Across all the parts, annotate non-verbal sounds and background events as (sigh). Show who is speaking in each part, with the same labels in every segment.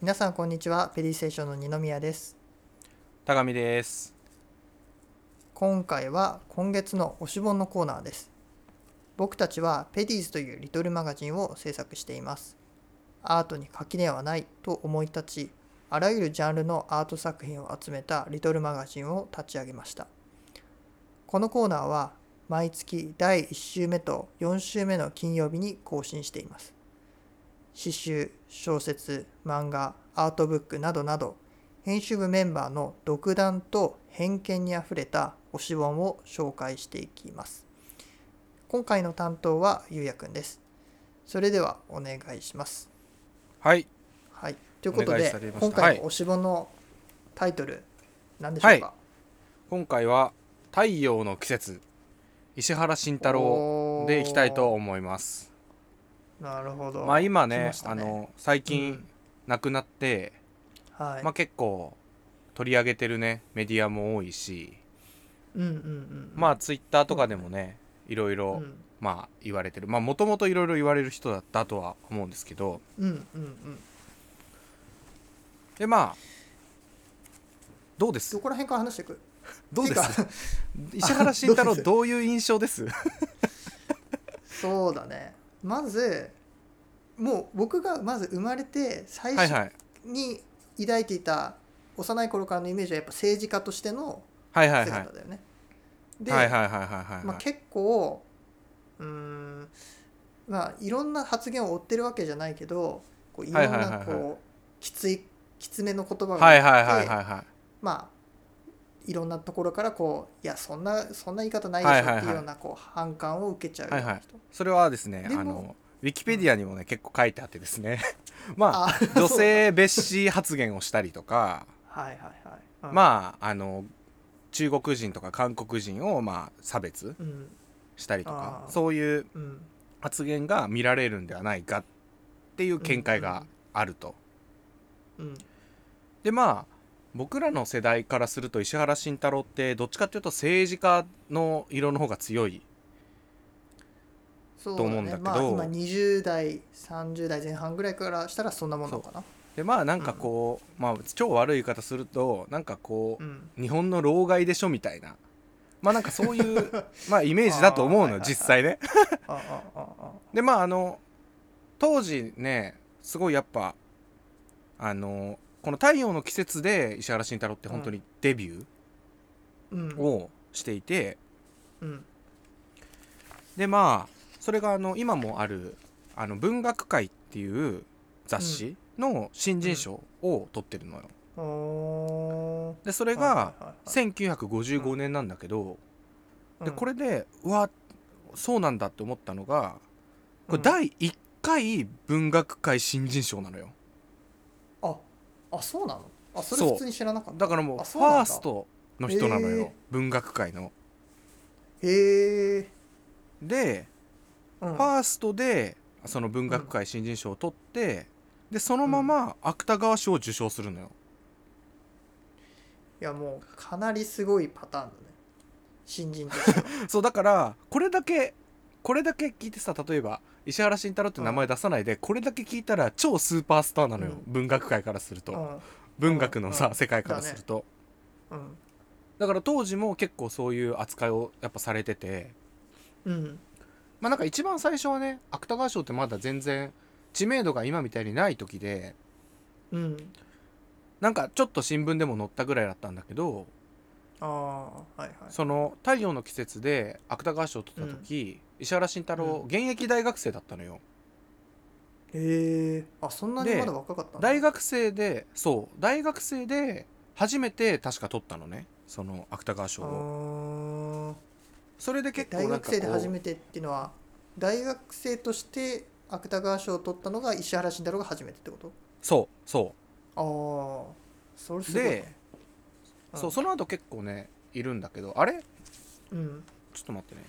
Speaker 1: 皆さんこんにちはペリーステーションの二宮です
Speaker 2: 高見です
Speaker 1: 今回は今月の推し本のコーナーです僕たちはペディーズというリトルマガジンを制作していますアートに垣根はないと思い立ちあらゆるジャンルのアート作品を集めたリトルマガジンを立ち上げましたこのコーナーは毎月第1週目と4週目の金曜日に更新しています詩集小説漫画アートブックなどなど編集部メンバーの独断と偏見にあふれた推し本を紹介していきます今回の担当はゆうやくんですそれではお願いします
Speaker 2: はい
Speaker 1: はいということ
Speaker 2: お願い
Speaker 1: で
Speaker 2: されました
Speaker 1: 今回の推し本のタイトル何でしょうか、
Speaker 2: 今回は「太陽の季節」石原慎太郎でいきたいと思います
Speaker 1: なるほど
Speaker 2: まあ今ね
Speaker 1: 来した
Speaker 2: あの最
Speaker 1: う
Speaker 2: 近
Speaker 1: ん
Speaker 2: 亡くなって、
Speaker 1: はい、
Speaker 2: まあ結構取り上げてるねメディアも多いし、
Speaker 1: うんうんうん
Speaker 2: まあツイッターとかでもねいろい
Speaker 1: あう
Speaker 2: ろ
Speaker 1: ん
Speaker 2: まあ言われてるまあもともといろいろ言われる人だったとは思うんですけど
Speaker 1: うんうんうん
Speaker 2: でまあどうです
Speaker 1: どこら辺から話していく
Speaker 2: どうで
Speaker 1: て
Speaker 2: す
Speaker 1: か
Speaker 2: 石原慎太
Speaker 1: あどう
Speaker 2: 郎
Speaker 1: です
Speaker 2: どういう印象です
Speaker 1: そうだねまずもう僕がまず生まれて最
Speaker 2: はいは
Speaker 1: 初
Speaker 2: い
Speaker 1: に抱いていた幼い頃からのイメージはやっぱ政治家としての
Speaker 2: はいはいはい
Speaker 1: 姿だよね。で、
Speaker 2: はいはいはいはいはいはい、
Speaker 1: まあ、結構うーんまあいろんな発言を追ってるわけじゃないけどこういろん
Speaker 2: はいはい
Speaker 1: な
Speaker 2: はいは
Speaker 1: こうきついきつめの言葉が
Speaker 2: はいはいは
Speaker 1: あっ
Speaker 2: い
Speaker 1: て
Speaker 2: はいは
Speaker 1: まあいろんなところからこういやそんなそんな言い方ないでしょっていうようなこう反感を受けちゃうよう
Speaker 2: はい
Speaker 1: な
Speaker 2: はい
Speaker 1: 人。
Speaker 2: いそれはですね
Speaker 1: でも
Speaker 2: あのウィキペディアにもね、結構書いてあってですね (laughs) まあ
Speaker 1: あそう
Speaker 2: 女性蔑視発言をしたりとか、
Speaker 1: はいはいはい、あ、
Speaker 2: まああの中国人とか韓国人をまあ差別
Speaker 1: うん
Speaker 2: したりとか
Speaker 1: あー
Speaker 2: そういう
Speaker 1: うん、
Speaker 2: 発言が見られるんではないかっていう見解があると。
Speaker 1: うん、
Speaker 2: でまあ僕らの世代からすると石原慎太郎ってどっちかっていうと政治家の色の方が強い
Speaker 1: そう
Speaker 2: と思うんだけど
Speaker 1: まあ、今20代30代前半ぐらいからしたらそんなもんなのかな
Speaker 2: でまあなんかこう、まあ超悪い言い方するとなんかこ
Speaker 1: う
Speaker 2: う、
Speaker 1: ん
Speaker 2: 日本の老害でしょみたいなまあなんかそういう
Speaker 1: (laughs)
Speaker 2: まあイメージだと思うの
Speaker 1: あーはいはい
Speaker 2: よ
Speaker 1: はい
Speaker 2: 実際ね。
Speaker 1: ああああ
Speaker 2: でまああの当時ねすごいやっぱあのこの「太陽の季節」で石原慎太郎って本当にデビュ
Speaker 1: うん
Speaker 2: ーをしていて。
Speaker 1: うん
Speaker 2: でまあそれがあの今もあるあの文学界っていう雑誌の新人賞を取ってるのよ。
Speaker 1: おー
Speaker 2: でそれ
Speaker 1: はい
Speaker 2: が
Speaker 1: はいはい
Speaker 2: 1955年なんだけど、
Speaker 1: うん
Speaker 2: でこれでうわそうなんだって思ったのがこ
Speaker 1: うん
Speaker 2: れ第1回文学界新人賞なのよ。
Speaker 1: ああそうなのあそ
Speaker 2: そ
Speaker 1: れ
Speaker 2: う
Speaker 1: 普通に知らなかった
Speaker 2: だからもう
Speaker 1: あ
Speaker 2: フ
Speaker 1: そうなんだ
Speaker 2: ァーストの人なの
Speaker 1: へ
Speaker 2: よ
Speaker 1: え
Speaker 2: 文学界の。
Speaker 1: へえ、
Speaker 2: で
Speaker 1: うん、
Speaker 2: ファーストでその文学界新人賞を取ってでそのまま芥川賞を受賞するのよ。
Speaker 1: いやもうかなりすごいパターンだね新人としては
Speaker 2: そうだからこれだけこれだけ聞いてさ例えば石原慎太郎って名前出さないで、これだけ聞いたら超スーパースターなのよ、
Speaker 1: う
Speaker 2: 文学界からすると、文学のさ、世界からすると
Speaker 1: うんうん
Speaker 2: だ,、から当時も結構そういう扱いをやっぱされてて
Speaker 1: うん
Speaker 2: まあなんか一番最初はね芥川賞ってまだ全然知名度が今みたいにない時で
Speaker 1: うん
Speaker 2: なんかちょっと新聞でも載ったぐらいだったんだけど
Speaker 1: ああはいはい
Speaker 2: その「太陽の季節」で芥川賞を取った時、石原慎太郎、
Speaker 1: うん
Speaker 2: 現役大学生だったのよ。
Speaker 1: へえあそんなに
Speaker 2: で
Speaker 1: まだ若かったんだ
Speaker 2: 大学生でそう大学生で初めて確か取ったのねその芥川賞
Speaker 1: あ
Speaker 2: を
Speaker 1: ー
Speaker 2: それで結構
Speaker 1: 大
Speaker 2: なん
Speaker 1: 学
Speaker 2: か
Speaker 1: 生で初
Speaker 2: こう
Speaker 1: めてっていうのは大学生として芥川賞を取ったのが石原慎太郎が初めてってこと
Speaker 2: そうそ
Speaker 1: ああそれ
Speaker 2: う
Speaker 1: すごいね、
Speaker 2: で、そうその後結構ねいるんだけどあれ
Speaker 1: うん、うん
Speaker 2: ちょっと待ってね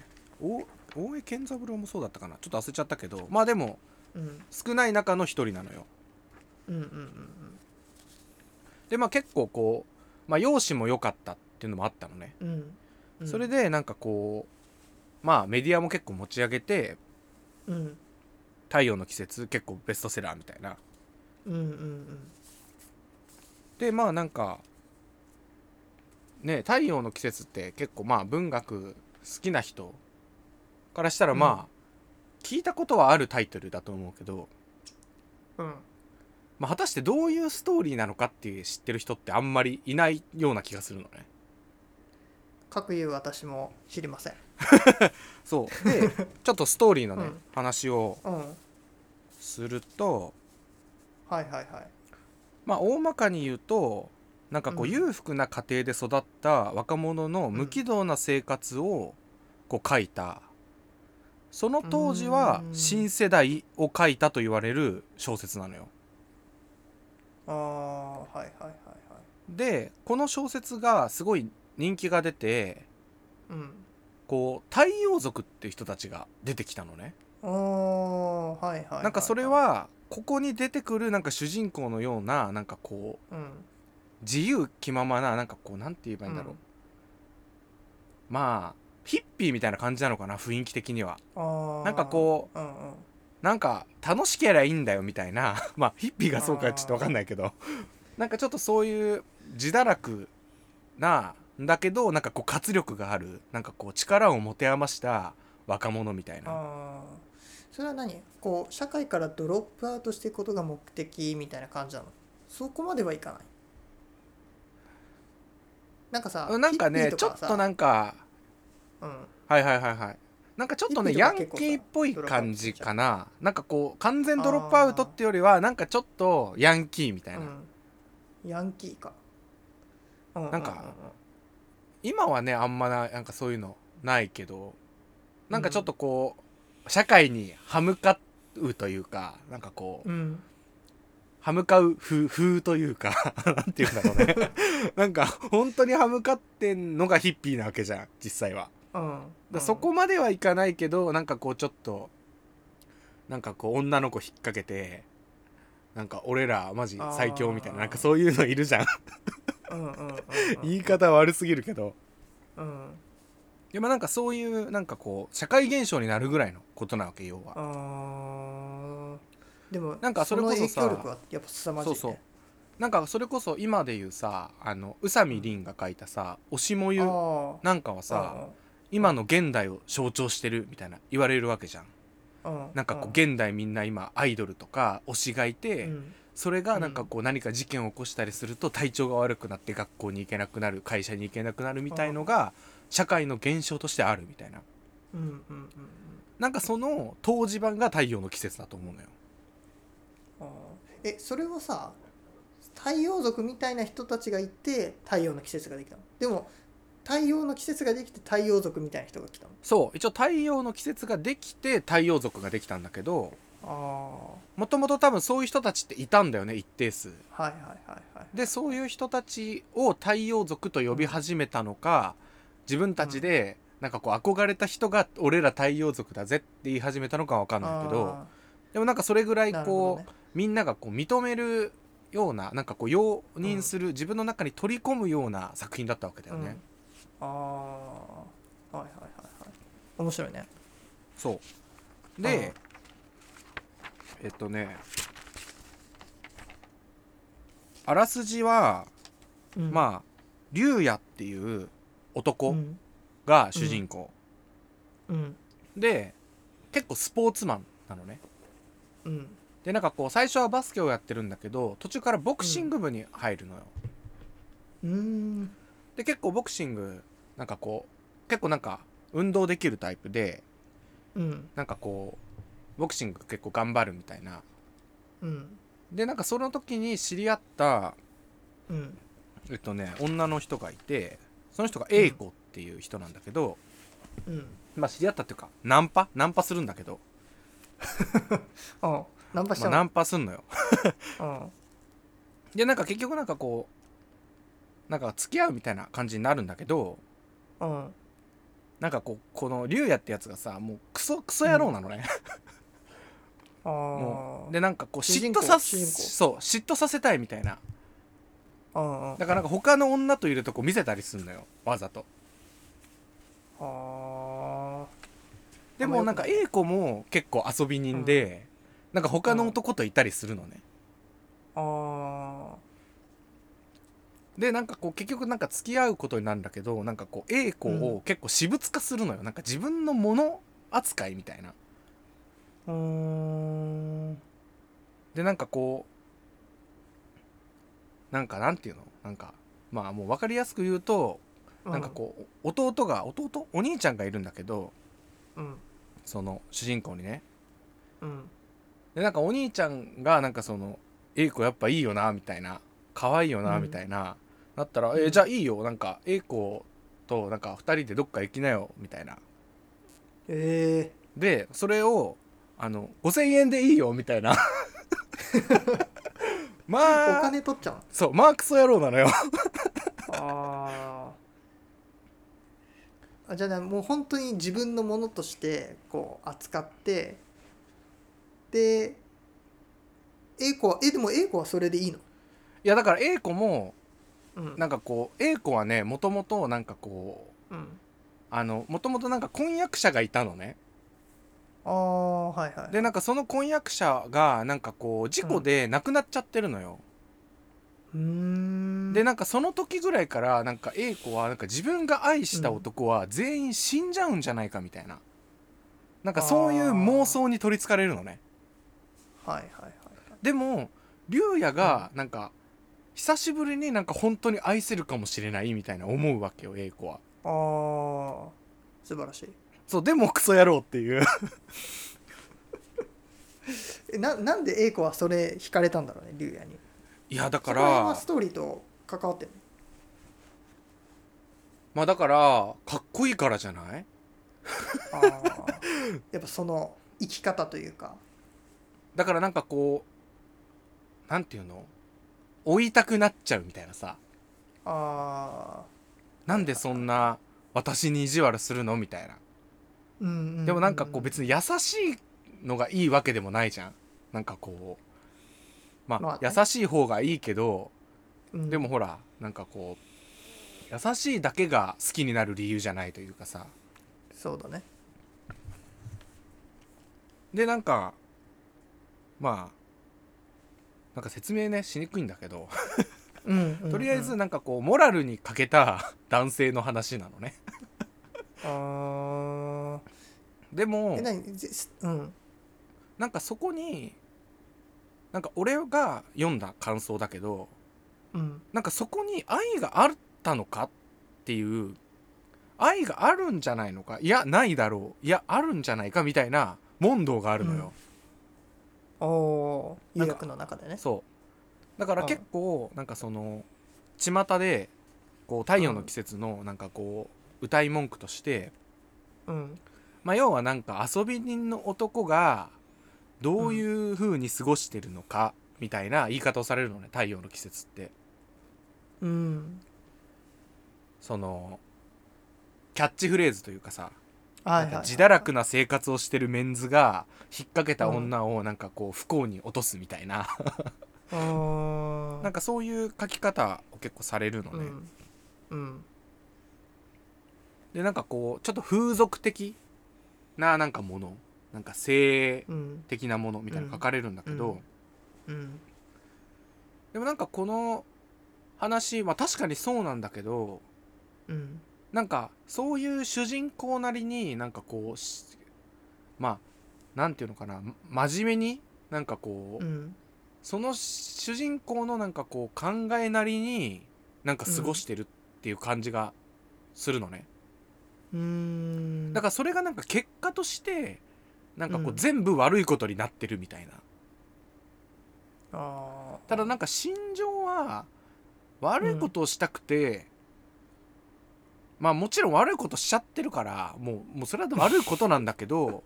Speaker 2: お大江健三郎もそうだったかなちょっと忘れちゃったけどまあでも
Speaker 1: うん
Speaker 2: 少ない中の一人なのよ
Speaker 1: うんうんうん
Speaker 2: でまあ結構こう、まあ、容姿も良かったっていうのもあったのね、
Speaker 1: うんうんうん
Speaker 2: それでなんかこうまあメディアも結構持ち上げて「
Speaker 1: うん
Speaker 2: 太陽の季節」結構ベストセラーみたいな
Speaker 1: うんうんうん
Speaker 2: でまあなんかね「太陽の季節」って結構まあ文学好きな人からしたらまあ、聞いたことはあるタイトルだと思うけど、
Speaker 1: うん
Speaker 2: まあ、果たしてどういうストーリーなのかっていう知ってる人ってあんまりいないような気がするのね。
Speaker 1: かくいう私も知りません
Speaker 2: そう (laughs) でちょっとストーリーのね、
Speaker 1: うん
Speaker 2: 話を
Speaker 1: うんはい
Speaker 2: すると、
Speaker 1: はいはい
Speaker 2: まあ、大まかに言うとなんかこ
Speaker 1: う
Speaker 2: うん裕福な家庭で育った若者の無軌道な生活をこう書いたその当時は
Speaker 1: うーん
Speaker 2: 新世代を書いたと言われる小説なのよ。
Speaker 1: ああはいはいはいはい
Speaker 2: でこの小説がすごい人気が出て
Speaker 1: うん
Speaker 2: こう太陽族っていう人たちが出てきたのね。
Speaker 1: おーはいはいはいはい
Speaker 2: なんかそれはここに出てくるなんか主人公のようななんかこう
Speaker 1: うん
Speaker 2: 自由気ままななんかこうなんて言えばいいんだろう、まあヒッピーみたいな感じなのかな雰囲気的には
Speaker 1: ああ
Speaker 2: なんかこ
Speaker 1: ううんうん
Speaker 2: なんか楽しけりゃいいんだよみたいな (laughs) まあヒッピーがそうかちょっと分かんないけどなんかちょっとそういう自堕落なんだけどなんかこう活力があるなんかこう力を持て余した若者みたいな
Speaker 1: ああそれは何こう社会からドロップアウトしていくことが目的みたいな感じなのそこまではいかないなんかさ
Speaker 2: うんなんかね
Speaker 1: ヒッピ
Speaker 2: ちょ
Speaker 1: ー
Speaker 2: っ
Speaker 1: さ
Speaker 2: となんか
Speaker 1: うん
Speaker 2: はいはいはいはいなんかちょっとね
Speaker 1: ヒッピー
Speaker 2: ヤ
Speaker 1: とか結構
Speaker 2: ンキ
Speaker 1: さ
Speaker 2: ーっぽい感じかななんかこう完全
Speaker 1: あー
Speaker 2: ドロップアウトってよりはなんかちょっとヤンキーみたいな、
Speaker 1: うん、ヤンキーか、ううう
Speaker 2: なんか今はねあんまななんかそういうのないけどなんかちょっとこう、社会に歯向かうというかなんかこう、
Speaker 1: うん
Speaker 2: 歯向かう風風というか (laughs) なんていうんだろうね
Speaker 1: (laughs)
Speaker 2: なんか本当に歯向かってんのがヒッピーなわけじゃん実際は。
Speaker 1: うんう
Speaker 2: だ
Speaker 1: ん
Speaker 2: そこまではいかないけどなんかこうちょっとなんかこう女の子引っ掛けてなんか俺らマジ最強みたいな
Speaker 1: あー
Speaker 2: なんかそういうのいるじゃん
Speaker 1: うんうんうんうん
Speaker 2: 言い方悪すぎるけど
Speaker 1: うん
Speaker 2: でもなんかそういうなんかこう社会現象になるぐらいのことなわけ要は
Speaker 1: あーでも
Speaker 2: なんかそれこそさ
Speaker 1: の影響力はやっぱ凄まじい、
Speaker 2: そう
Speaker 1: ね、
Speaker 2: そうなんかそれこそ今で言うさあの宇佐美凛が書いたさ「推しもゆ
Speaker 1: あ」
Speaker 2: なんかは
Speaker 1: あ
Speaker 2: さ今の現代を象徴してるみたいな言われるわけじゃん
Speaker 1: うん
Speaker 2: なんかこう現代みんな今アイドルとか推しがいて、
Speaker 1: うん
Speaker 2: それがなんかこう何か事件を起こしたりすると体調が悪くなって学校に行けなくなる会社に行けなくなるみたいのが社会の現象としてあるみたいな
Speaker 1: うんうんうんうん
Speaker 2: なんかその当時版が太陽の季節だと思うのよ
Speaker 1: あーえそれはさ太陽族みたいな人たちがいて太陽の季節ができたのでも太陽の季節ができて太陽族みたいな人が来たの
Speaker 2: そう一応太陽の季節ができて太陽族ができたんだけど
Speaker 1: あ
Speaker 2: もともと多分そういう人たちっていたんだよね一定数
Speaker 1: あはいはいはいはい
Speaker 2: でそういう人たちを太陽族と呼び始めたのか自分たちでなんかこう憧れた人が俺ら太陽族だぜって言い始めたのかは分かんないけど
Speaker 1: あ
Speaker 2: でもなんかそれぐら
Speaker 1: ー
Speaker 2: い
Speaker 1: なるほ
Speaker 2: こう、
Speaker 1: どね
Speaker 2: みんながこう認めるようななんかこう容認する、自分の中に取り込むような作品だったわけだよね、
Speaker 1: うんああはいはいはいはい面白いね
Speaker 2: そうで、えっとねあらすじは、
Speaker 1: うん
Speaker 2: まあ竜也っていう
Speaker 1: う
Speaker 2: 男
Speaker 1: ん
Speaker 2: が主人公、
Speaker 1: うん
Speaker 2: で結構スポーツマンなのね
Speaker 1: うん
Speaker 2: でなんかこう最初はバスケをやってるんだけど途中からボクシング部に入るのよ、
Speaker 1: うーん
Speaker 2: で結構ボクシングなんかこう結構なんか運動できるタイプで
Speaker 1: うん
Speaker 2: なんかこうボクシング結構頑張るみたいな
Speaker 1: うん
Speaker 2: でなんかその時に知り合った
Speaker 1: うん
Speaker 2: えっとね女の人がいてその人が A 子っていう人なんだけど、
Speaker 1: うん
Speaker 2: まあ知り合ったっていうかナンパナンパするんだけど、
Speaker 1: あナンパし
Speaker 2: ま
Speaker 1: た
Speaker 2: あ、ナ
Speaker 1: の、
Speaker 2: ンパすんのよ
Speaker 1: うん
Speaker 2: でなんか結局なんかこうなんか付き合うみたいな感じになるんだけど
Speaker 1: うん
Speaker 2: なんかこうこの竜也ってやつがさもうクソクソ野郎なのね、
Speaker 1: あ
Speaker 2: も
Speaker 1: あ
Speaker 2: うでなんかこう
Speaker 1: 主
Speaker 2: 嫉
Speaker 1: 人
Speaker 2: 妬
Speaker 1: 公
Speaker 2: さ
Speaker 1: 主人公
Speaker 2: そう嫉妬させたいみたいな
Speaker 1: うんうん
Speaker 2: だからなんか他の女といるとこ見せたりすんのよわざと
Speaker 1: あ
Speaker 2: でもなんか
Speaker 1: あんま良くない
Speaker 2: A 子も結構遊び人で、なんか他の男といたりするのね、
Speaker 1: ああ
Speaker 2: でなんかこう結局なんか付き合うことになるんだけどなんかこう A 子
Speaker 1: う
Speaker 2: を結構私物化するのよ、なんか自分のもの扱いみたいな
Speaker 1: うーん
Speaker 2: でなんかこうなんかなんていうのなんかまあもう分かりやすく言うとなんかこう弟が弟お兄ちゃんがいるんだけど
Speaker 1: うん
Speaker 2: その主人公にね
Speaker 1: うん
Speaker 2: でなんかお兄ちゃんがなんかその「A 子やっぱいいよな」みたいな「可愛いよな」
Speaker 1: うん
Speaker 2: みたいな、なったら「
Speaker 1: うん
Speaker 2: えーじゃあいいよなんか A 子となんか2人でどっか行きなよ」みたいな
Speaker 1: え
Speaker 2: でそれをあの5,000円でいいよみたいな (laughs)
Speaker 1: え
Speaker 2: まあ
Speaker 1: お金取っちゃうの
Speaker 2: そうマークソ野郎なのよ
Speaker 1: あーあじゃあねもう本当に自分のものとしてこう扱ってで A 子はえでも A 子はそれでいいの、
Speaker 2: いやだから A 子も
Speaker 1: うん
Speaker 2: なんかこう A 子はねもともとなんかこう
Speaker 1: うん、
Speaker 2: あのもともとなんか婚約者がいたのね
Speaker 1: ああはいはい
Speaker 2: でなんかその婚約者がなんかこう事故で亡くなっちゃってるのよ、
Speaker 1: うーん
Speaker 2: でなんかその時ぐらいからなんか A 子はなんか自分が愛した男は全員死んじゃうんじゃないかみたいななんかそういう妄想に取りつかれるのね
Speaker 1: はいはいはい
Speaker 2: でも竜也がなんか久しぶりになんか本当に愛せるかもしれないみたいな思うわけよ A 子は
Speaker 1: ああ素晴らしい
Speaker 2: そうでもクソ野郎っていう
Speaker 1: えななんで A 子はそれ惹かれたんだろうね竜也に
Speaker 2: いやだか
Speaker 1: そこら辺は
Speaker 2: ら
Speaker 1: ストーリーと関わってる
Speaker 2: まあだからかっこいいからじゃない
Speaker 1: ああ (laughs) やっぱその生き方というか
Speaker 2: だからなんかこうなんていうの追いたくなっちゃうみたいなさ
Speaker 1: ああ
Speaker 2: なんでそんな私に意地悪するのみたいな
Speaker 1: うんうんうんうん
Speaker 2: でもなんかこう別に優しいのがいいわけでもないじゃんなんかこうまあ、
Speaker 1: まあね
Speaker 2: 優しい方がいいけど
Speaker 1: うん
Speaker 2: でもほらなんかこう優しいだけが好きになる理由じゃないというかさ
Speaker 1: そうだね
Speaker 2: でなんかまあなんか説明ねしにくいんだけど
Speaker 1: うんうんうん
Speaker 2: とりあえずなんかこうモラルに欠けた (laughs) 男性の話なのね
Speaker 1: あー
Speaker 2: でも
Speaker 1: え何ぜすうん
Speaker 2: なんかそこになんか俺が読んだ感想だけど
Speaker 1: うん
Speaker 2: なんかそこに愛があったのかっていう愛があるんじゃないのかいやないだろういやあるんじゃないかみたいな問答があるのよ、
Speaker 1: おー
Speaker 2: な
Speaker 1: 誘
Speaker 2: んか
Speaker 1: 惑の中でね
Speaker 2: そうだから
Speaker 1: うん
Speaker 2: 結構なんかその巷でこう太陽の季節のなんかこう歌い文句として、
Speaker 1: うん
Speaker 2: まあ、要はなんか遊び人の男がどういう風に過ごしてるのかみたいな言い方をされるのね太陽の季節って
Speaker 1: うん
Speaker 2: そのキャッチフレーズというかさ
Speaker 1: は
Speaker 2: な
Speaker 1: は
Speaker 2: いん
Speaker 1: い
Speaker 2: か
Speaker 1: はい
Speaker 2: 自堕落な生活をしてるメンズが引っ掛けた女をなんかこう不幸に落とすみたいな
Speaker 1: うーん
Speaker 2: なんかそういう書き方を結構されるの
Speaker 1: う
Speaker 2: ね、
Speaker 1: んうん
Speaker 2: でなんかこうちょっと風俗的ななんかものなんか性
Speaker 1: うん
Speaker 2: 的なものみたいなの書かれるんだけど、
Speaker 1: うんうん
Speaker 2: でもなんかこの話まあ確かにそうなんだけど
Speaker 1: うん
Speaker 2: なんかそういう主人公なりになんかこうしまあなんていうのかなま真面目になんかこう、
Speaker 1: うん
Speaker 2: その主人公のなんかこう考えなりになんか過ごしてるっていう感じがするのね、
Speaker 1: うーん
Speaker 2: だからそれがなんか結果としてなんかこ
Speaker 1: う
Speaker 2: うん全部悪いことになってるみたいな、
Speaker 1: らあー
Speaker 2: ただなんか心情は悪いことをしたくて、まあもちろん悪いことしちゃってるからもうもうそれは悪いことなんだ
Speaker 1: (laughs)
Speaker 2: けど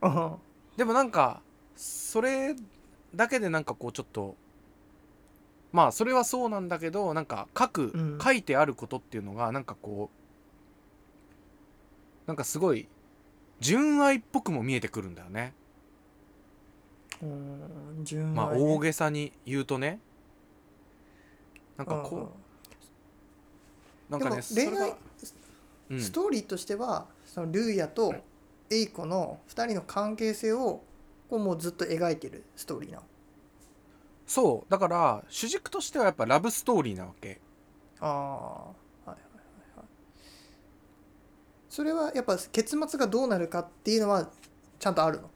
Speaker 1: あ
Speaker 2: でもなんかそれだけでなんかこうちょっとまあそれはそうなんだけどなんか書く、
Speaker 1: うん
Speaker 2: 書いてあることっていうのがなんかこうなんかすごい純愛っぽくも見えてくるんだよね。
Speaker 1: (laughs) ーうーん純愛ね
Speaker 2: まあ大げさに言うとねなんか
Speaker 1: うんう
Speaker 2: こ
Speaker 1: ん
Speaker 2: うなんかねそ
Speaker 1: で
Speaker 2: れ
Speaker 1: も恋愛
Speaker 2: が、うん
Speaker 1: ストーリーとしてはそのルーヤとエイコの2人の関係性をこうもうずっと描いてるストーリーなの
Speaker 2: そうだから主軸としてはやっぱラブストーリーなわけ
Speaker 1: ああはいはいはいはいそれはやっぱ結末がどうなるかっていうのはちゃんとあるの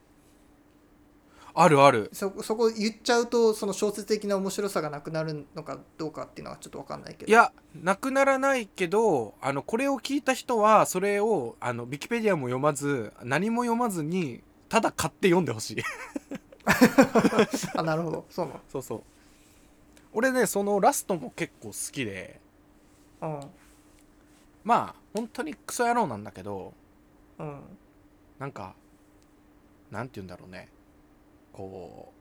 Speaker 2: あるある
Speaker 1: そそこ言っちゃうとその小説的な面白さがなくなるのかどうかっていうのはちょっと分かんないけど
Speaker 2: いやなくならないけどあのこれを聞いた人はそれをあのウィキペディアも読まず何も読まずにただ買って読んでほしい
Speaker 1: あなるほどそうな
Speaker 2: (laughs) そうそう俺ねそのラストも結構好きで
Speaker 1: の
Speaker 2: まあ本当にクソ野郎なんだけど
Speaker 1: うんうん
Speaker 2: なんかなんて言うんだろうねこ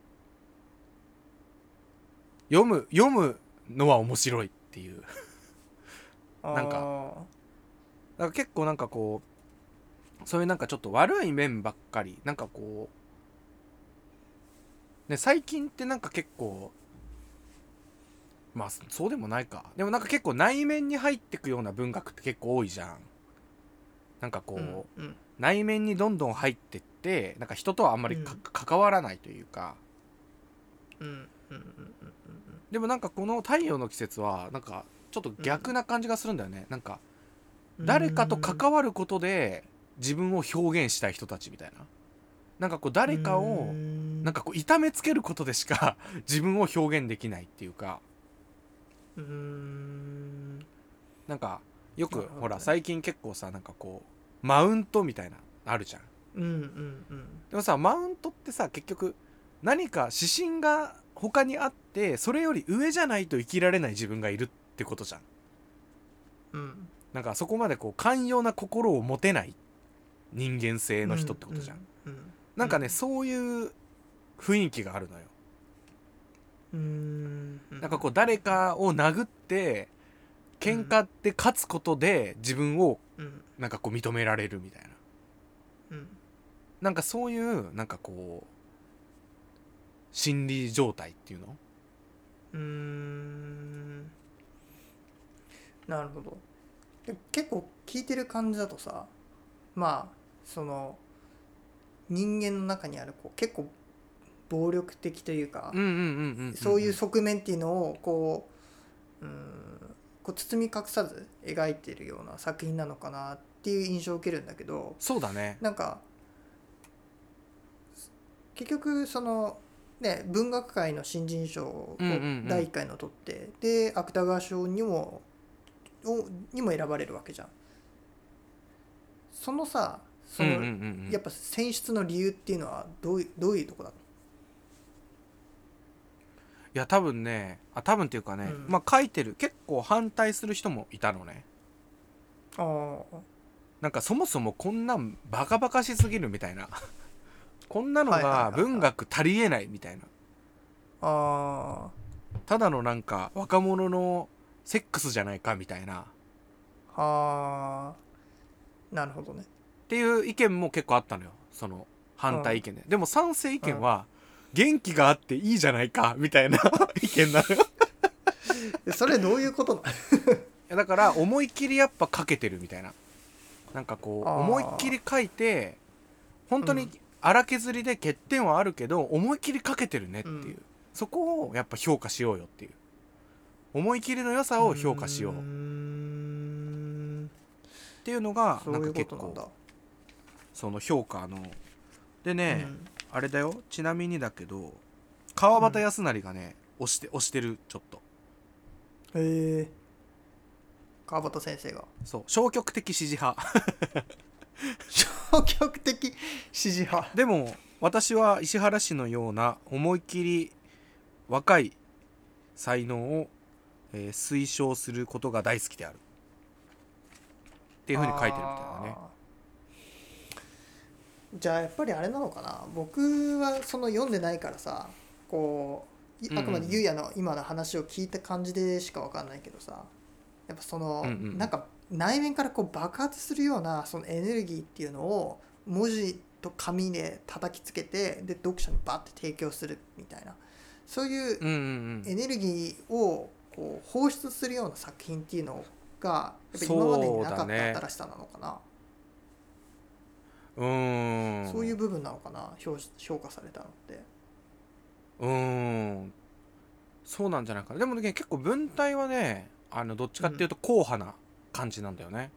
Speaker 2: う読む読むのは面白いっていうなんか
Speaker 1: か
Speaker 2: なんか結構なんかこうそういうなんかちょっと悪い面ばっかりなんかこうね最近ってなんか結構まあそそうでもないかでもなんか結構内面に入ってくような文学って結構多いじゃんなんかこう、
Speaker 1: うんうん
Speaker 2: 内面にどんどん入ってってなんか人とはあんまりか
Speaker 1: うん
Speaker 2: 関わらないというか
Speaker 1: うんうんうんうんうんうん
Speaker 2: でもなんかこの「太陽の季節」はなんかちょっと逆な感じがするんだよね、なんか誰かと関わることで自分を表現したい人たちみたいななんかこう誰かを
Speaker 1: な
Speaker 2: なんかこう痛めつけることでしか (laughs) 自分を表現できないっていうか
Speaker 1: うーん
Speaker 2: なんかよ
Speaker 1: な
Speaker 2: く
Speaker 1: るほどね
Speaker 2: ほら最近結構さなんかこうマウントみたいなあるじゃん
Speaker 1: うんうんうん
Speaker 2: でもさマウントってさ結局何か指針が他にあってそれより上じゃないと生きられない自分がいるってことじゃん
Speaker 1: うん
Speaker 2: なんかそこまでこう寛容な心を持てない人間性の人ってことじゃん、
Speaker 1: うううん
Speaker 2: なんか
Speaker 1: う
Speaker 2: ね
Speaker 1: ん
Speaker 2: そういう雰囲気があるのよ
Speaker 1: うーん
Speaker 2: なんかこう誰かを殴って喧嘩って勝つことで自分を
Speaker 1: うん
Speaker 2: なんかこう認められるみたいな
Speaker 1: うん
Speaker 2: なんかそういうなんかこう心理状態っていうの
Speaker 1: うーんなるほどで結構聞いてる感じだとさまあその人間の中にあるこう結構暴力的というか、
Speaker 2: うんうんうんうんんん
Speaker 1: そういう側面っていうのをこううーんこう包み隠さず描いてるような作品なのかなっていう印象を受けるんだけど
Speaker 2: そうだね
Speaker 1: なんか結局そのね文学界の新人賞を
Speaker 2: うんうんうん
Speaker 1: 第1回の取って、で芥川賞にもをにも選ばれるわけじゃん。そのさその、
Speaker 2: うんうんうんうん
Speaker 1: やっぱ選出の理由っていうのはどういうどういうとこだ
Speaker 2: いや多分ねあ多分っていうかね、
Speaker 1: うん
Speaker 2: まあ書いてる結構反対する人もいたのね
Speaker 1: ああ
Speaker 2: なんかそもそもこんなんバカバカしすぎるみたいな (laughs) こんなの
Speaker 1: はいはいはい
Speaker 2: が
Speaker 1: はい
Speaker 2: 文学足りえないみたいな
Speaker 1: あ
Speaker 2: ただのなんか若者のセックスじゃないかみたいなっ
Speaker 1: あはあなるほどね。
Speaker 2: ていう意見も結構あったのよその反対意見で、でも賛成意見は、元気があっていいじゃないかみたいな (laughs) 意見なのよ
Speaker 1: でそれどういうことなの
Speaker 2: いやだから思いっきりやっぱかけてるみたいななんかこう
Speaker 1: あー
Speaker 2: 思いっきり書いて本当
Speaker 1: う
Speaker 2: に
Speaker 1: ん
Speaker 2: 荒削りで欠点はあるけど思いっきりかけてるねっていう、
Speaker 1: うん
Speaker 2: そこをやっぱ評価しようよっていう思い切りの良 (laughs) さを評価しよう
Speaker 1: ー
Speaker 2: っ
Speaker 1: ん
Speaker 2: ていうのが
Speaker 1: そ
Speaker 2: なん
Speaker 1: うい
Speaker 2: か
Speaker 1: うこ
Speaker 2: 結
Speaker 1: となん
Speaker 2: 構
Speaker 1: だ。
Speaker 2: その評価のでね、
Speaker 1: うん
Speaker 2: あれだよちなみにだけど川端康成がね、押して押してるちょっと
Speaker 1: へえ川端先生が (laughs)
Speaker 2: そう消極的支持派 (laughs)
Speaker 1: 消極的支持派
Speaker 2: でも私は石原氏のような思い切り若い才能を、えー推奨することが大好きであるっていうふうに書いてるみたいなね
Speaker 1: あーじゃあやっぱりあれなのかな僕はその読んでないからさこうい
Speaker 2: うんう
Speaker 1: あ
Speaker 2: ん
Speaker 1: くまでゆうやの今の話を聞いた感じでしかわかんないけどさやっぱその、
Speaker 2: うんうん
Speaker 1: なんか内面からこう爆発するようなそのエネルギーっていうのを文字と紙で叩きつけてで読者にバッて提供するみたいなそういう
Speaker 2: うんうんう
Speaker 1: エ
Speaker 2: ん
Speaker 1: ネルギーをこう放出するような作品っていうのがやっぱ今までになか
Speaker 2: そ
Speaker 1: っ
Speaker 2: うだね
Speaker 1: た新しさなのかな
Speaker 2: うー
Speaker 1: そう,、
Speaker 2: ん
Speaker 1: いう部分なのかな評評価されたのって
Speaker 2: うーんそうなんじゃないかなでもね結構文体はねあのどっちかっていうと硬派な感じなんだよね、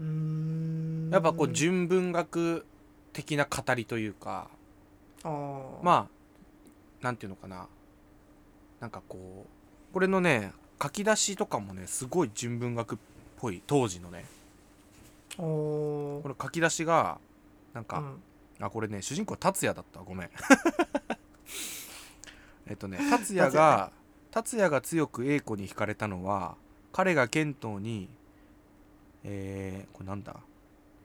Speaker 1: うーん
Speaker 2: やっぱこう純文学的な語りというか
Speaker 1: あー
Speaker 2: まあなんていうのかななんかこうこれのね書き出しとかもねすごい純文学っぽい当時のね
Speaker 1: お
Speaker 2: こ
Speaker 1: ー
Speaker 2: の書き出しがなんか、
Speaker 1: うん
Speaker 2: あこれね主人公達也だったわごめん (laughs) えっとね達也
Speaker 1: 達也
Speaker 2: が達也が強く英子に惹かれたのは彼が剣道にえー、これなんだ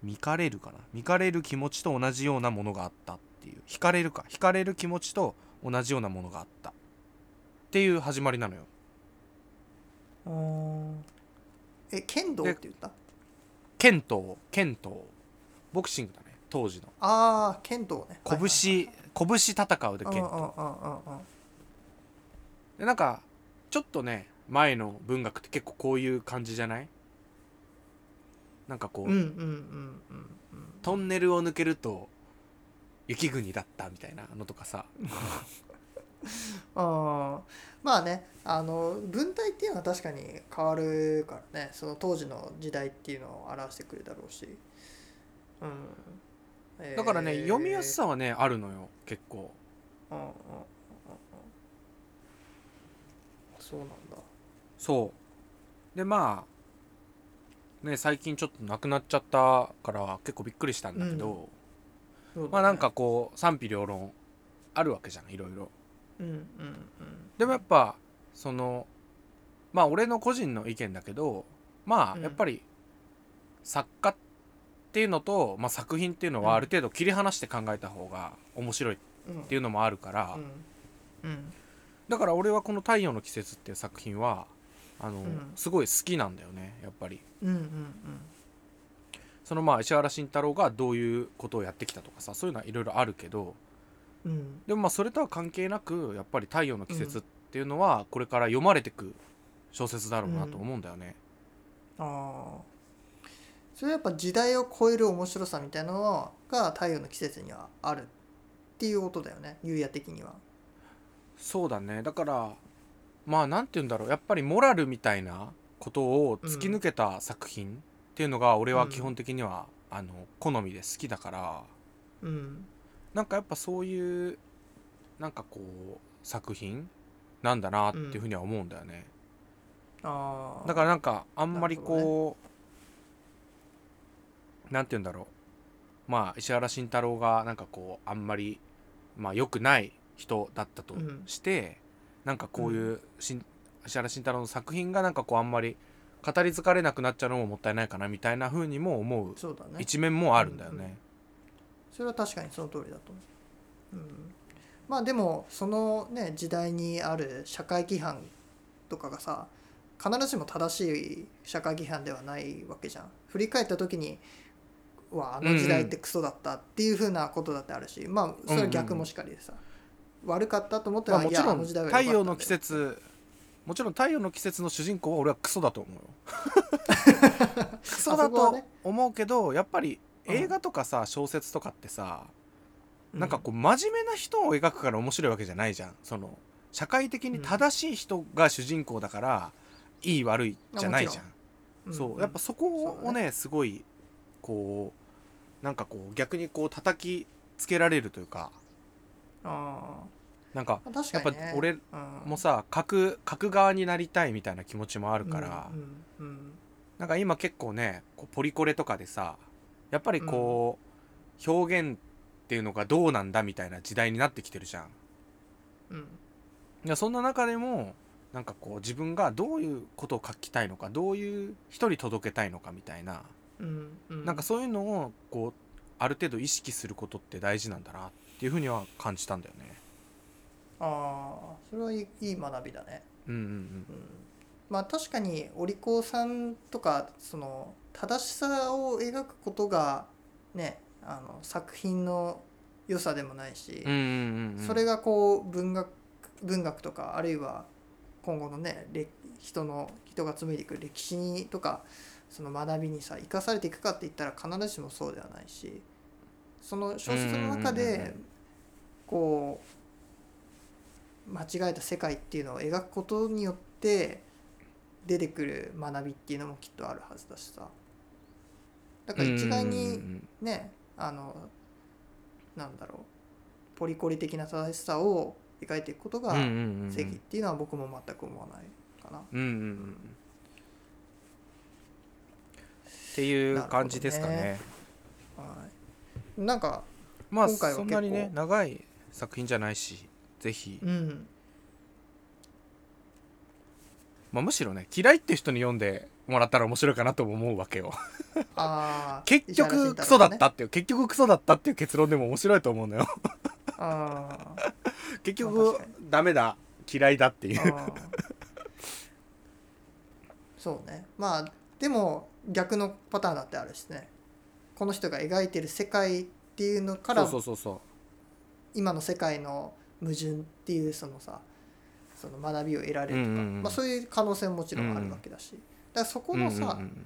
Speaker 2: 見かれるかな見かれる気持ちと同じようなものがあったっていう惹かれるか惹かれる気持ちと同じようなものがあったっていう始まりなのよ
Speaker 1: あーえ剣道っ
Speaker 2: で
Speaker 1: て言った
Speaker 2: 剣道剣道ボクシングだね当時の
Speaker 1: ああ剣道ね
Speaker 2: 拳、拳戦うで
Speaker 1: うん
Speaker 2: 剣
Speaker 1: うんうん
Speaker 2: 道
Speaker 1: うんうん
Speaker 2: でなんかちょっとね前の文学って結構こういう感じじゃないなんかこう、
Speaker 1: うんうんうんうんうん
Speaker 2: トンネルを抜けると雪国だったみたいなのとかさ
Speaker 1: あーまあねあの文体っていうのは確かに変わるからねその当時の時代っていうのを表してくるだろうし、うんえー
Speaker 2: だからね、読みやすさはねあるのよ結構
Speaker 1: うんうんうんうんうんそうなんだ
Speaker 2: そうでまあね最近ちょっとなくなっちゃったから結構びっくりしたんだけど、
Speaker 1: そうだね
Speaker 2: まあなんかこう賛否両論あるわけじゃんいろいろ
Speaker 1: うんうんうん
Speaker 2: でもやっぱそのまあ俺の個人の意見だけどま
Speaker 1: う
Speaker 2: あ
Speaker 1: ん
Speaker 2: やっぱり作家っていうのと、まあ、作品っていうのは
Speaker 1: うん
Speaker 2: ある程度切り離して考えた方が面白いっ
Speaker 1: うん
Speaker 2: ていうのもあるから、
Speaker 1: うんうん
Speaker 2: だから俺はこの「太陽の季節」っていう作品はあの、
Speaker 1: ん
Speaker 2: すごい好きなんだよねやっぱり。
Speaker 1: うんうんうん
Speaker 2: そのまあ石原慎太郎がどういうことをやってきたとかさそういうのはいろいろあるけど
Speaker 1: うんうん
Speaker 2: でもまあそれとは関係なくやっぱり「太陽の季節」っていうのはこれから読まれてく小説だろうなと思うんだよね。
Speaker 1: ああそれはやっぱ時代を超える面白さみたいなのが太陽の季節にはあるっていうことだよね優也的には。
Speaker 2: そうだねだからまあなんて言うんだろうやっぱりモラルみたいなことを突き抜けた作品っていうのが俺は基本的には、あの好みで好きだから
Speaker 1: うん
Speaker 2: なんかやっぱそういうなんかこう作品なんだなっていうふうには思うんだよね、
Speaker 1: ああ
Speaker 2: だからなんかあんまり
Speaker 1: なる
Speaker 2: こうなんて言うんだろうまあ石原慎太郎がなんかこうあんまりまあ良くない人だったと
Speaker 1: うん
Speaker 2: して、なんかこういうしん石原慎太郎の作品がなんかこうあんまり語り継がれなくなっちゃうのももったいないかなみたいな風にも思う
Speaker 1: そうだね
Speaker 2: 一面もあるんだよ
Speaker 1: うんうん
Speaker 2: ね。
Speaker 1: それは確かにその通りだと思う、うん、まあでもそのね時代にある社会規範とかがさ必ずしも正しい社会規範ではないわけじゃん振り返った時に「うわあの時代ってクソだった」っていうふうなことだってあるし、まあそれは逆もしかりでさ、悪かったと思った
Speaker 2: ま
Speaker 1: ら、
Speaker 2: あも
Speaker 1: い
Speaker 2: ち
Speaker 1: や
Speaker 2: ろ
Speaker 1: あ
Speaker 2: ん
Speaker 1: の時代は良
Speaker 2: 太
Speaker 1: かったんだよ
Speaker 2: 陽の季節もちろん太陽の季節の主人公は俺はクソだと思
Speaker 1: (laughs)
Speaker 2: うよ。クソ
Speaker 1: あ
Speaker 2: だ
Speaker 1: そこは
Speaker 2: と
Speaker 1: ね
Speaker 2: 思うけど、やっぱり
Speaker 1: うん
Speaker 2: 映画とかさ小説とかってさ、
Speaker 1: う
Speaker 2: なんかこう真面目な人を描くから面白いわけじゃないじゃんその社会的に正しい人が主人公だから、いい悪いじゃないじゃん、
Speaker 1: うん
Speaker 2: そうやっぱそこ
Speaker 1: そ
Speaker 2: を
Speaker 1: うだ
Speaker 2: ねすごいこうなんかこう逆にこう叩きつけられるというか
Speaker 1: あ
Speaker 2: なんか
Speaker 1: ー確
Speaker 2: やっぱ
Speaker 1: かに、ね、
Speaker 2: 俺もさ書く書く側になりたいみたいな気持ちもあるから、
Speaker 1: うんうん
Speaker 2: なんか今結構ねこうポリコレとかでさやっぱりこう、表現っていうのがどうなんだみたいな時代になってきてるじゃん。
Speaker 1: うんうん
Speaker 2: いやそんな中でもなんかこう自分がどういうことを書きたいのかどういう人に届けたいのかみたいな、
Speaker 1: うんうん、
Speaker 2: なんかそういうのをこうある程度意識することって大事なんだなっていうふうには感じたんだよね。
Speaker 1: ああそれはいいいい学びだね、
Speaker 2: うんうん
Speaker 1: うん、まあ確かにお利口さんとかその正しさを描くことがねあの作品の良さでもないし
Speaker 2: うん、うんうんうん
Speaker 1: それがこう文学文学とかあるいは今後のねれ人の人が紡いでいく歴史にとかその学びにさ生かされていくかって言ったら必ずしもそうではないしその小説の中
Speaker 2: うんうんうんう
Speaker 1: で
Speaker 2: ん
Speaker 1: こう間違えた世界っていうのを描くことによって出てくる学びっていうのもきっとあるはずだしさだから一概
Speaker 2: う
Speaker 1: に
Speaker 2: ん
Speaker 1: ねあのなんだろうポリコリ的な正しさを描いていくことが
Speaker 2: うんうんうんうん
Speaker 1: 正義っていうのは僕も全く思わないかな。
Speaker 2: うんうんうんうんっていう感じですかね
Speaker 1: なるはい、なんか
Speaker 2: まあ
Speaker 1: 今回は
Speaker 2: そんなにね
Speaker 1: 結構
Speaker 2: 長い作品じゃないしぜひ、
Speaker 1: うん
Speaker 2: まあ、むしろね嫌いって人に読んでもらったら面白いかなとも思うわ
Speaker 1: (laughs)
Speaker 2: けよ
Speaker 1: あー
Speaker 2: 結
Speaker 1: 石原慎
Speaker 2: 局
Speaker 1: 太
Speaker 2: ク
Speaker 1: 郎
Speaker 2: ソだ
Speaker 1: の
Speaker 2: っ
Speaker 1: ね
Speaker 2: たっていう、結局クソだったっていう結論でも面白いと思うのよ
Speaker 1: あー
Speaker 2: 結
Speaker 1: まあ
Speaker 2: 局
Speaker 1: 確か
Speaker 2: ダメだ嫌いだっていう
Speaker 1: あーそうねまあでも逆のパターンだってあるしねこの人が描いてる世界っていうのから
Speaker 2: そうそうそう
Speaker 1: 今の世界の矛盾っていうそのさその学びを得られるとか、
Speaker 2: うんうんうん
Speaker 1: まあ、そういう可能性ももちろんあるわけだし、だからそ
Speaker 2: そう
Speaker 1: このさ、
Speaker 2: うんうんうん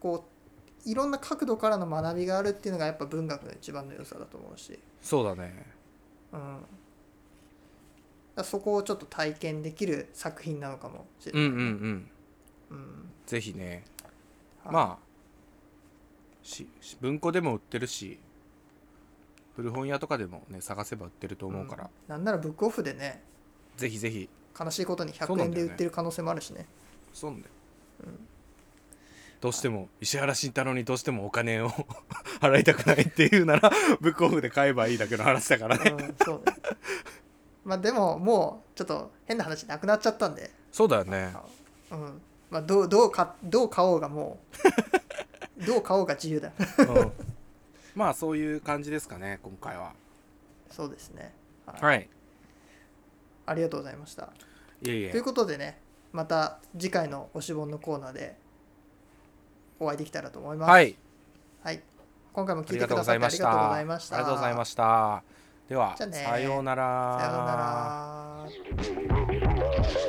Speaker 1: こういろんな角度からの学びがあるっていうのがやっぱ文学の一番の良さだと思うし、
Speaker 2: そうだね
Speaker 1: うん、だからそこをちょっと体験できる作品なのかもしれ
Speaker 2: う
Speaker 1: なんい、
Speaker 2: うんうん
Speaker 1: うん
Speaker 2: ぜひね
Speaker 1: はい
Speaker 2: まあしし文庫でも売ってるし古本屋とかでもね探せば売ってると思うから、
Speaker 1: んなんならブックオフでね
Speaker 2: ぜひぜひ
Speaker 1: 悲しいことに
Speaker 2: そ
Speaker 1: 100
Speaker 2: うなん
Speaker 1: 円
Speaker 2: だ
Speaker 1: で
Speaker 2: よね
Speaker 1: 売ってる可能性もあるしね
Speaker 2: そうなんだよ、どうしても石原慎太郎にどうしてもお金を (laughs) 払いたくないっていうならブックオフで買えばいいだけの話だからね
Speaker 1: うんそうね (laughs) まあでももうちょっと変な話なくなっちゃったんで、
Speaker 2: そうだよね
Speaker 1: うんまあ、どうどうかどう買おうがも
Speaker 2: (laughs)
Speaker 1: うどう買おうが自由だ
Speaker 2: うんまあそういう感じですかね今回は
Speaker 1: そうですね、はい
Speaker 2: はい
Speaker 1: ありがとうございました
Speaker 2: いえい
Speaker 1: という
Speaker 2: え
Speaker 1: ことでねまた次回の推し本のコーナーでお会いできたらと思います、
Speaker 2: はいい
Speaker 1: はい、今回も
Speaker 2: あ
Speaker 1: 聞い
Speaker 2: り
Speaker 1: て
Speaker 2: が
Speaker 1: く
Speaker 2: とう
Speaker 1: だ
Speaker 2: ご
Speaker 1: さ
Speaker 2: ざ
Speaker 1: っ
Speaker 2: い
Speaker 1: てあり
Speaker 2: まし
Speaker 1: がとう
Speaker 2: た
Speaker 1: ございました
Speaker 2: ありがとうございましたでは
Speaker 1: じゃあね
Speaker 2: さような
Speaker 1: さようなら